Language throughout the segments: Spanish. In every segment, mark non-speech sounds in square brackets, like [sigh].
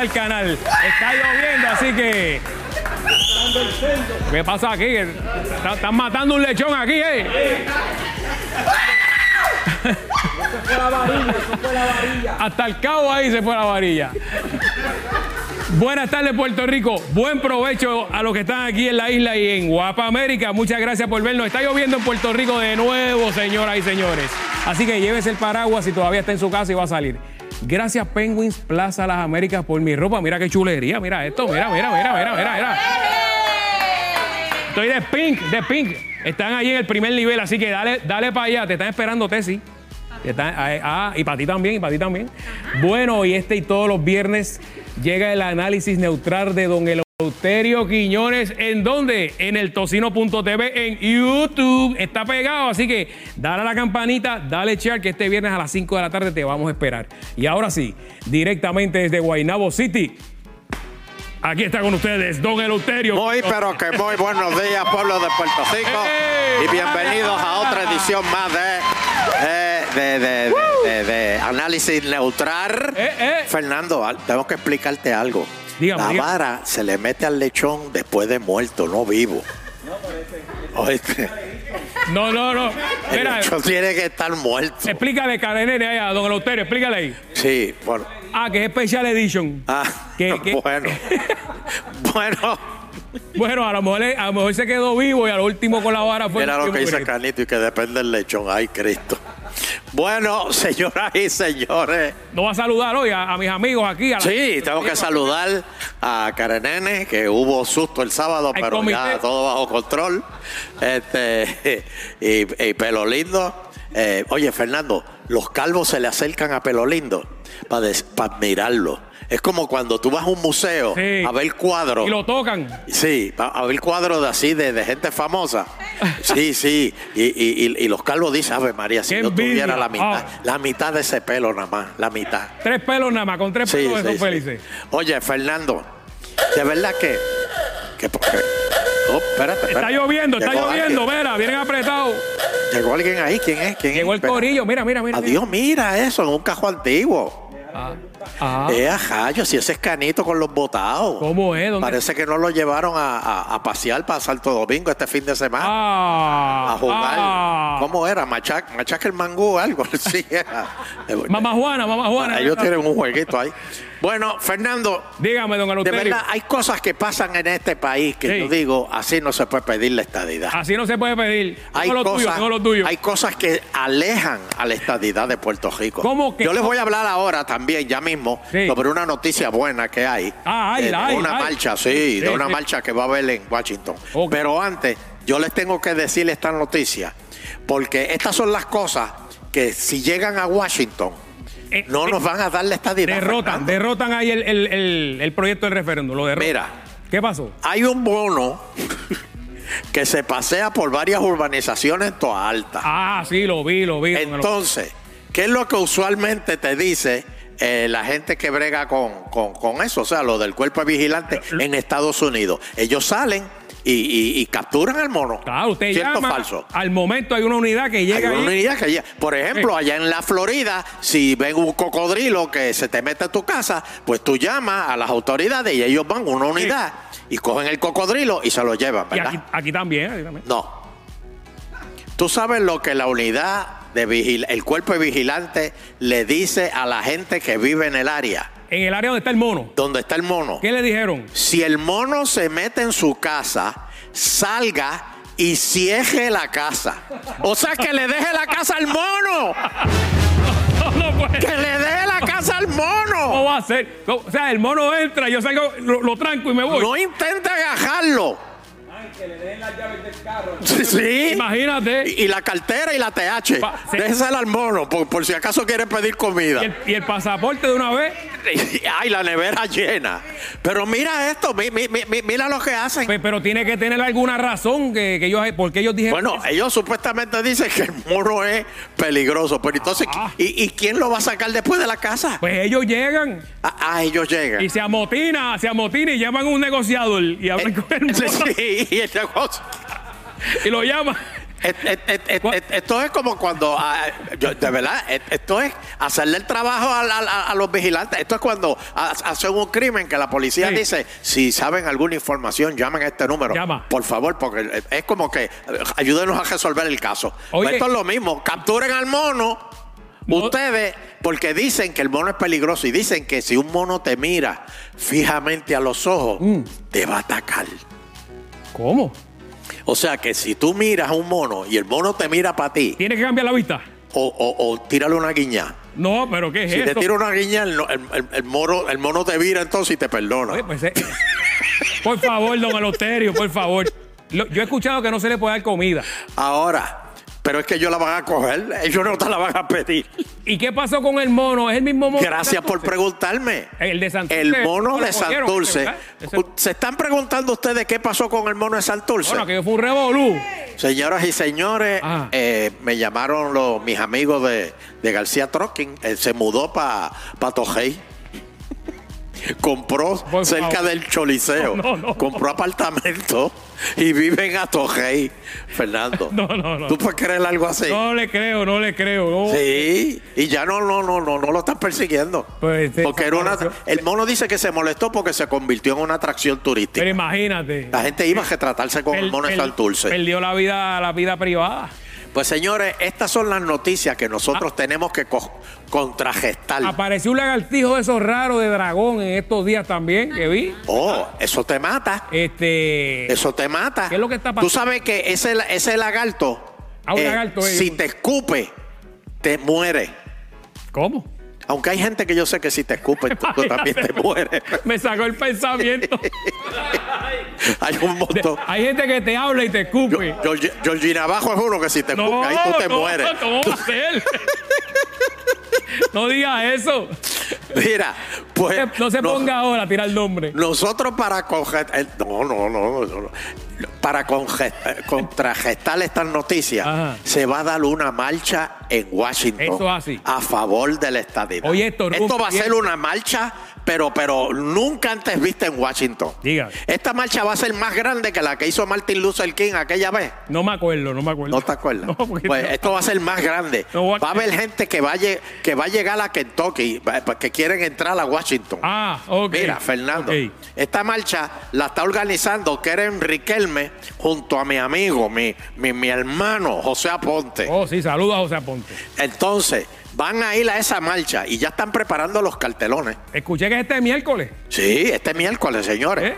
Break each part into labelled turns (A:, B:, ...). A: el canal. Está lloviendo, así que. ¿Qué pasa aquí? Está- Están matando un lechón aquí, ¿eh? Hasta el cabo ahí se fue la varilla. Buenas tardes, Puerto Rico. Buen provecho a los que están aquí en la isla y en Guapa América. Muchas gracias por vernos. Está lloviendo en Puerto Rico de nuevo, señoras y señores. Así que llévese el paraguas si todavía está en su casa y va a salir. Gracias, Penguins Plaza Las Américas, por mi ropa. Mira qué chulería. Mira esto. Mira, mira, mira, mira, mira. mira. Estoy de Pink, de Pink. Están ahí en el primer nivel, así que dale, dale para allá. Te están esperando, Tessy. Te están- ah, ah, y para ti también, y para ti también. Bueno, y este y todos los viernes llega el análisis neutral de don Eleuterio Quiñones. ¿En dónde? En el tocino.tv, en YouTube. Está pegado, así que dale a la campanita, dale share, que este viernes a las 5 de la tarde te vamos a esperar. Y ahora sí, directamente desde Guaynabo City. Aquí está con ustedes don Eleuterio.
B: Muy, pero que muy buenos días, pueblo de Puerto Rico.
A: ¡Ey!
B: Y bienvenidos a otra edición más eh, de, de, de, de- de- de Análisis Neutral.
A: Eh, eh.
B: Fernando, al- tengo que explicarte algo.
A: Dígame,
B: La
A: dígame.
B: vara se le mete al lechón después de muerto, no vivo. Oíste,
A: No, no, no.
B: el
A: Mira,
B: lechón tiene que estar muerto.
A: explícale, Cadenere, ahí a don Eleuterio, explícale ahí.
B: Sí, bueno.
A: Ah, que es Special Edition.
B: Ah,
A: ¿Qué, qué?
B: [laughs]
A: [laughs]
B: bueno. bueno,
A: Bueno, a lo, mejor, a lo mejor se quedó vivo y a lo último con la vara fue.
B: Mira lo que dice
A: Cadenere.
B: Canito y que depende del lechón. Ay, Cristo. Bueno, [laughs] señoras y señores.
A: No va a saludar hoy a, a mis amigos aquí. A la-
B: Sí, tengo que saludar a Karenene, que hubo susto el sábado,
A: Al
B: pero
A: comité.
B: ya todo bajo control. Este, [laughs] y, y Pelo Lindo. Eh, oye, Fernando, los calvos se le acercan a Pelo Lindo para admirarlo. Es como cuando tú vas a un museo
A: Sí.
B: a ver cuadros.
A: Y lo tocan.
B: Sí, va a ver cuadros de así, de, de gente famosa. Sí, sí. Y, y- y- y los calvos dicen, Ave María, si
A: Qué
B: yo
A: envidia.
B: tuviera la mitad,
A: Ah.
B: la mitad de ese pelo nada más, la mitad.
A: Tres pelos nada más, con tres
B: Sí,
A: pelos de
B: sí,
A: son
B: sí.
A: felices.
B: Oye, Fernando, de verdad que. que por qué? Oh, espérate,
A: Está
B: espérate.
A: lloviendo, está
B: Llegó
A: lloviendo,
B: alguien.
A: mira, vienen apretados.
B: Llegó alguien ahí, ¿quién es? ¿Quién
A: Llegó
B: es?
A: el corillo, mira, mira, mira. mira.
B: Adiós, mira eso, en un cajo antiguo.
A: Ah, ah.
B: Eh, ajá, yo si ese es canito con los botados.
A: ¿Cómo es? ¿Dónde?
B: Parece que no lo llevaron a, a- a pasear para Santo Domingo este fin de semana.
A: Ah,
B: a jugar.
A: ah.
B: ¿Cómo era? Machac, machaca el mangú o algo. [laughs] Sí, era.
A: Mamá Juana, mamá Juana.
B: Ellos tienen un jueguito ahí. Bueno, Fernando,
A: Dígame, don
B: de
A: Eleuterio.
B: verdad, hay cosas que pasan en este país que
A: Sí.
B: yo digo, así no se puede pedir la estadidad.
A: Así no se puede pedir. Tengo
B: Hay
A: lo tuyo,
B: cosas,
A: tengo lo tuyo.
B: hay cosas que alejan a la estadidad de Puerto Rico.
A: ¿Cómo que
B: Yo les
A: no?
B: voy a hablar ahora también, ya mismo,
A: Sí.
B: sobre una noticia buena que hay.
A: Ah, hay,
B: eh,
A: la
B: de
A: hay,
B: una
A: hay.
B: marcha, sí,
A: Sí,
B: de una
A: sí.
B: marcha que va a haber en Washington.
A: Ok.
B: Pero antes, yo les tengo que decir esta noticia, porque estas son las cosas que si llegan a Washington,
A: Eh,
B: no
A: eh,
B: nos van a dar la estadidad.
A: Derrotan,
B: Fernando.
A: derrotan ahí el, el- el- el proyecto del referéndum. Lo derrotan.
B: Mira.
A: ¿Qué pasó?
B: Hay un bono que se pasea por varias urbanizaciones en Toa Alta.
A: Ah, sí, lo vi, lo vi. don Elo-
B: Entonces, ¿qué es lo que usualmente te dice eh, la gente que brega con, con- con eso? O sea, lo del cuerpo de vigilante en Estados Unidos. Ellos salen y, y- y capturan al mono.
A: claro, usted
B: ¿Cierto o
A: llama.
B: falso?
A: Al momento hay una unidad que
B: Hay
A: llega
B: una
A: ahí.
B: unidad que llega- Por ejemplo, allá en la Florida, si ven un cocodrilo que se te mete a tu casa, pues tú llamas a las autoridades y ellos van a una unidad y cogen el cocodrilo y se lo llevan,
A: Y
B: ¿verdad?
A: aquí, aquí también, aquí también.
B: No. Tú sabes lo que la unidad de vigil el cuerpo de vigilante le dice a la gente que vive en el área
A: En el área donde está el mono.
B: donde está el mono.
A: ¿Qué le dijeron?
B: Si el mono se mete en su casa, salga y cierre la casa. O sea, que le deje la casa al mono.
A: [laughs] No, no puede.
B: Que le deje la casa al
A: ¿Cómo
B: mono.
A: va a ser? ¿Cómo? O sea, el mono entra, yo salgo, lo, lo tranco y me voy.
B: No intente agajarlo. que le dejen las llaves del carro. Sí.
A: Imagínate.
B: Y, y la cartera y la TH.
A: Pa- se-
B: Déjesela al mono, por, por si acaso quiere pedir comida.
A: Y el, y el pasaporte de una vez.
B: [laughs] Ay, la nevera llena. Pero mira esto, mi- mi- mi- mi- mira lo que hacen.
A: Pe- pues, Pero tiene que tener alguna razón que, que ellos, porque ellos dijeron.
B: Bueno, ellos supuestamente dicen que el mono es peligroso. Pero entonces,
A: Ah.
B: ¿y, y quién lo va a sacar después de la casa?
A: Pues ellos llegan.
B: Ah, ah, ellos llegan.
A: Y se amotina, se amotina y llaman a
B: [laughs]
A: un negociador y hablan con él
B: Eh, Sí, y el negocio-
A: y lo llaman.
B: Et- et- et- et-
A: Cu-
B: et- Esto es como cuando, ah, yo- de verdad, et- esto es hacerle el trabajo al- al- a, los vigilantes. Esto es cuando ha- hacen un crimen que la policía
A: Sí.
B: dice, si saben alguna información, llamen a este número.
A: Llama.
B: Por favor, porque eh, es como que eh, ayúdenos a resolver el caso. Pues
A: Oye.
B: Esto es lo mismo, capturen al mono.
A: No.
B: Ustedes, porque dicen que el mono es peligroso y dicen que si un mono te mira fijamente a los ojos,
A: Mm.
B: te va a atacar.
A: ¿Cómo?
B: O sea que si tú miras a un mono y el mono te mira para ti,
A: Tiene que cambiar la vista.
B: o, o, o tírale una guiña.
A: No, pero ¿qué es
B: Si te
A: esto?
B: tira una guiña, el, el, el- el mono, el mono te vira entonces y te perdona.
A: Oye, pues, eh, por favor, don Aloterio, por favor. Lo- yo he escuchado que no se le puede dar comida.
B: Ahora, pero es que ellos la van a coger, ellos no te la van a pedir.
A: ¿Y qué pasó con el mono? ¿Es el mismo mono?
B: Gracias por preguntarme.
A: El de Santurce.
B: El mono
A: lo
B: de
A: cogieron,
B: Santurce.
A: ¿verdad? Ese-
B: U- ¿Se están preguntando ustedes qué pasó con el mono de Santurce?
A: Bueno, aquello fue un revolú.
B: Señoras y señores,
A: Ajá.
B: eh, me llamaron los, mis amigos de, de García Troquin. Él se mudó para pa Tojei. [laughs] Compró
A: Por
B: cerca
A: favor.
B: del Choliseo.
A: No, no, no.
B: Compró apartamento y viven a Tojei, Fernando.
A: No, no, no.
B: ¿Tú puedes creer algo así?
A: No le creo, no le creo. no.
B: Sí, y ya no, no, no, no, no lo están persiguiendo.
A: Pues, sí,
B: porque era una-
A: desapareció.
B: el mono dice que se molestó porque se convirtió en una atracción turística.
A: Pero imagínate.
B: La gente iba a retratarse con el
A: Pel-
B: mono de
A: pel-
B: Santurce.
A: Perdió la vida, la vida privada.
B: Pues señores, estas son las noticias que
A: Ah.
B: nosotros tenemos que co- contragestar.
A: Apareció un lagartijo de esos raros de dragón en estos días también que vi.
B: oh, eso te mata.
A: Este.
B: Eso te mata.
A: ¿Qué es lo que está
B: Tú
A: pasando?
B: sabes que ese, la- ese lagarto,
A: Ah, un lagarto, eh.
B: si te escupe, te muere.
A: ¿Cómo?
B: Aunque hay gente que yo sé que si
A: [laughs]
B: te escupe, tú, tú también te mueres.
A: Me sacó el pensamiento.
B: [laughs] hay un montón.
A: Hay gente que te habla y te escupe.
B: Georgi- Georgina Abajo es uno que si te escupe,
A: no,
B: ahí tú te
A: no,
B: mueres.
A: ¿Cómo va a ser? no diga eso.
B: Mira, pues.
A: No se
B: no-
A: ponga ahora a tirar el nombre.
B: Nosotros para congestar, no, no, no, no, no. para conge- eh, contragestar estas noticias,
A: Ajá.
B: se va a dar una marcha en Washington
A: Eso es así.
B: a favor de la estadidad.
A: Oye, esto,
B: esto va a
A: bien.
B: ser una marcha, pero, pero nunca antes vista en Washington.
A: Diga.
B: Esta marcha va a ser más grande que la que hizo Martin Luther King aquella vez.
A: No me acuerdo, no me acuerdo.
B: ¿No te
A: [laughs]
B: acuerdas?
A: No, porque
B: pues
A: no.
B: esto va a ser más grande.
A: No,
B: va
A: what-
B: a haber gente que va a, lle- que va a llegar a Kentucky, va- que quieren entrar a Washington.
A: Ah, ok.
B: Mira, Fernando,
A: Ok.
B: esta marcha la está organizando Keren Riquelme junto a mi amigo, mi, mi, mi hermano José Aponte.
A: Oh, sí, saluda a José Aponte.
B: Entonces, van a ir a esa marcha y ya están preparando los cartelones.
A: Escuché que es este miércoles.
B: Sí, este miércoles, señores.
A: ¿Eh?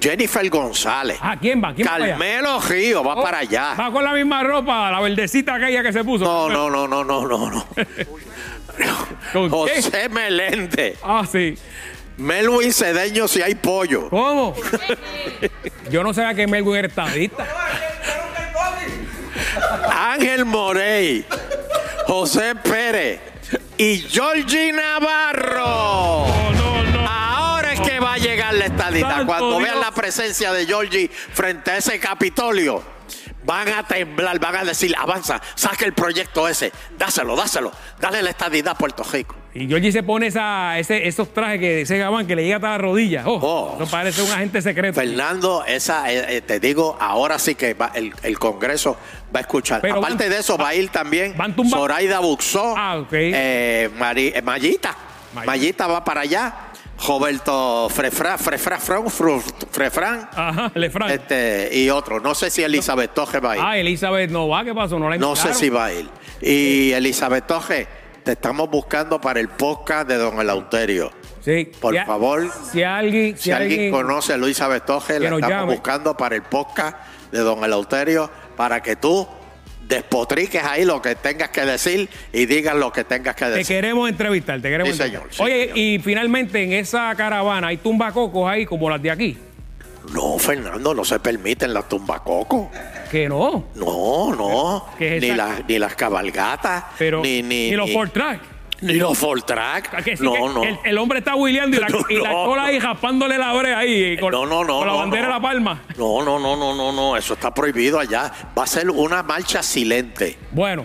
B: Jennifer González.
A: Ah, ¿quién va? ¿Quién va para allá?
B: Carmelo Río va
A: Oh,
B: para allá.
A: Va con la misma ropa, la verdecita aquella que se puso.
B: No, no, no, no, no, no, no.
A: [laughs] ¿Con qué?
B: José Meléndez.
A: Ah, sí.
B: Melwin Cedeño si hay
A: [laughs]
B: pollo.
A: ¿Cómo? Yo no sabía que Melwin era estadista.
B: Ángel Morey, José Pérez y Georgie Navarro.
A: no, no.
B: Ahora es que va a llegar la estadita.
A: Santo
B: Cuando vean
A: Dios.
B: la presencia de Georgie frente a ese Capitolio, van a temblar, van a decir, avanza, saca el proyecto ese, dáselo, dáselo, dale la estadidad a Puerto Rico.
A: Y Georgie se pone esa, ese, esos trajes que ese gabán que le llega hasta las rodillas. Oh,
B: Oh.
A: Eso parece un agente secreto.
B: Fernando, esa, eh, eh, te digo, ahora sí que va- el, el Congreso va a escuchar.
A: Pero
B: Aparte
A: van- ah,
B: de eso, va a ir también
A: van tumba-
B: Zoraida Buxó,
A: Ah, ok.
B: eh, Mari- eh, Mayita.
A: Mayita.
B: Mayita va para allá. Roberto Frefra, Frefra, Fran, Fru- Frefran,
A: Ajá, Lefran.
B: este, y otro. No sé si Elizabeth Toje va a ir.
A: Ah, Elizabeth no va, ¿qué pasó? No la
B: eh. no sé
A: invitaron.
B: si va a ir. Y
A: Eh.
B: Elizabeth Toje, te estamos buscando para el podcast de Don Eleuterio.
A: Sí.
B: Por
A: Si a-
B: favor,
A: Si alguien, si
B: Si alguien
A: alguien-
B: conoce a Luisa Betoje, la
A: nos
B: estamos
A: llame.
B: buscando para el podcast de Don Eleuterio para que tú despotriques ahí lo que tengas que decir y digas lo que tengas que
A: Te
B: decir.
A: queremos entrevistar, te queremos
B: Sí, señor,
A: entrevistar.
B: sí,
A: Oye,
B: señor.
A: y finalmente en esa caravana hay tumbacocos ahí como las de aquí.
B: No, Fernando, no se permiten las tumbacocos.
A: Que no.
B: No, no.
A: ¿Qué es
B: ni,
A: esa?
B: las, ni las cabalgatas.
A: Pero
B: ni, ni,
A: los Ford Track.
B: Ni los Fortrack.
A: Que sí
B: no,
A: que
B: no.
A: El, el hombre está huileando y la,
B: [laughs] No,
A: y la
B: no.
A: cola ahí raspándole la oreja ahí. Con,
B: no, no, no.
A: Con la
B: no,
A: bandera
B: no.
A: de la palma.
B: No, no, no, no, no, no. Eso está prohibido allá. Va a ser una marcha silente.
A: Bueno,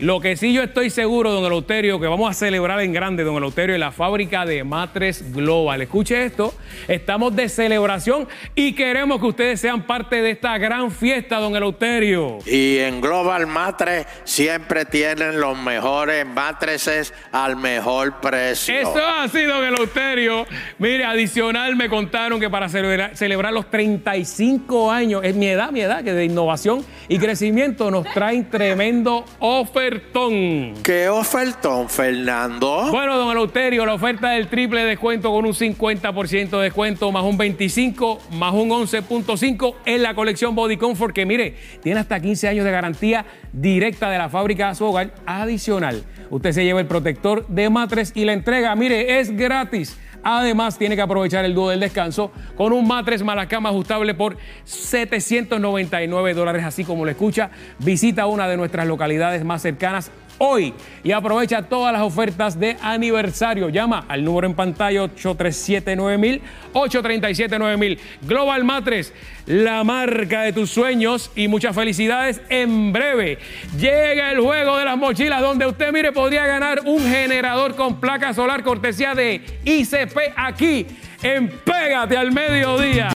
A: Lo que sí yo estoy seguro, don Eleuterio, que vamos a celebrar en grande, don Eleuterio, en la fábrica de Matres Global. Escuche esto, estamos de celebración y queremos que ustedes sean parte de esta gran fiesta, don Eleuterio.
B: Y en Global Matres siempre tienen los mejores matrices al mejor precio.
A: Eso ha sido en el Eleuterio. Mire, adicional me contaron que para celebrar, celebrar los 35 años, es mi edad, mi edad, que de innovación y crecimiento nos traen tremendo ofertón.
B: ¿Qué ofertón, Fernando?
A: Bueno, don Eleuterio, la oferta del triple descuento con un 50% de descuento, más un 25, más un 11.5 en la colección Body Comfort, que mire, tiene hasta 15 años de garantía directa de la fábrica a su hogar. Adicional, usted se lleva el protector de matres y la entrega, mire, es gratis. Además, tiene que aprovechar el dúo del descanso con un matres malacama ajustable por 799 dólares, así como lo escucha. Visita una de nuestras localidades más cercanas hoy y aprovecha todas las ofertas de aniversario. Llama al número en pantalla 837-9000, 837-9000. Global Matres, la marca de tus sueños y muchas felicidades. En breve llega el juego de las mochilas donde usted, mire, podría ganar un generador con placa solar cortesía de ICP aquí en Pégate al Mediodía.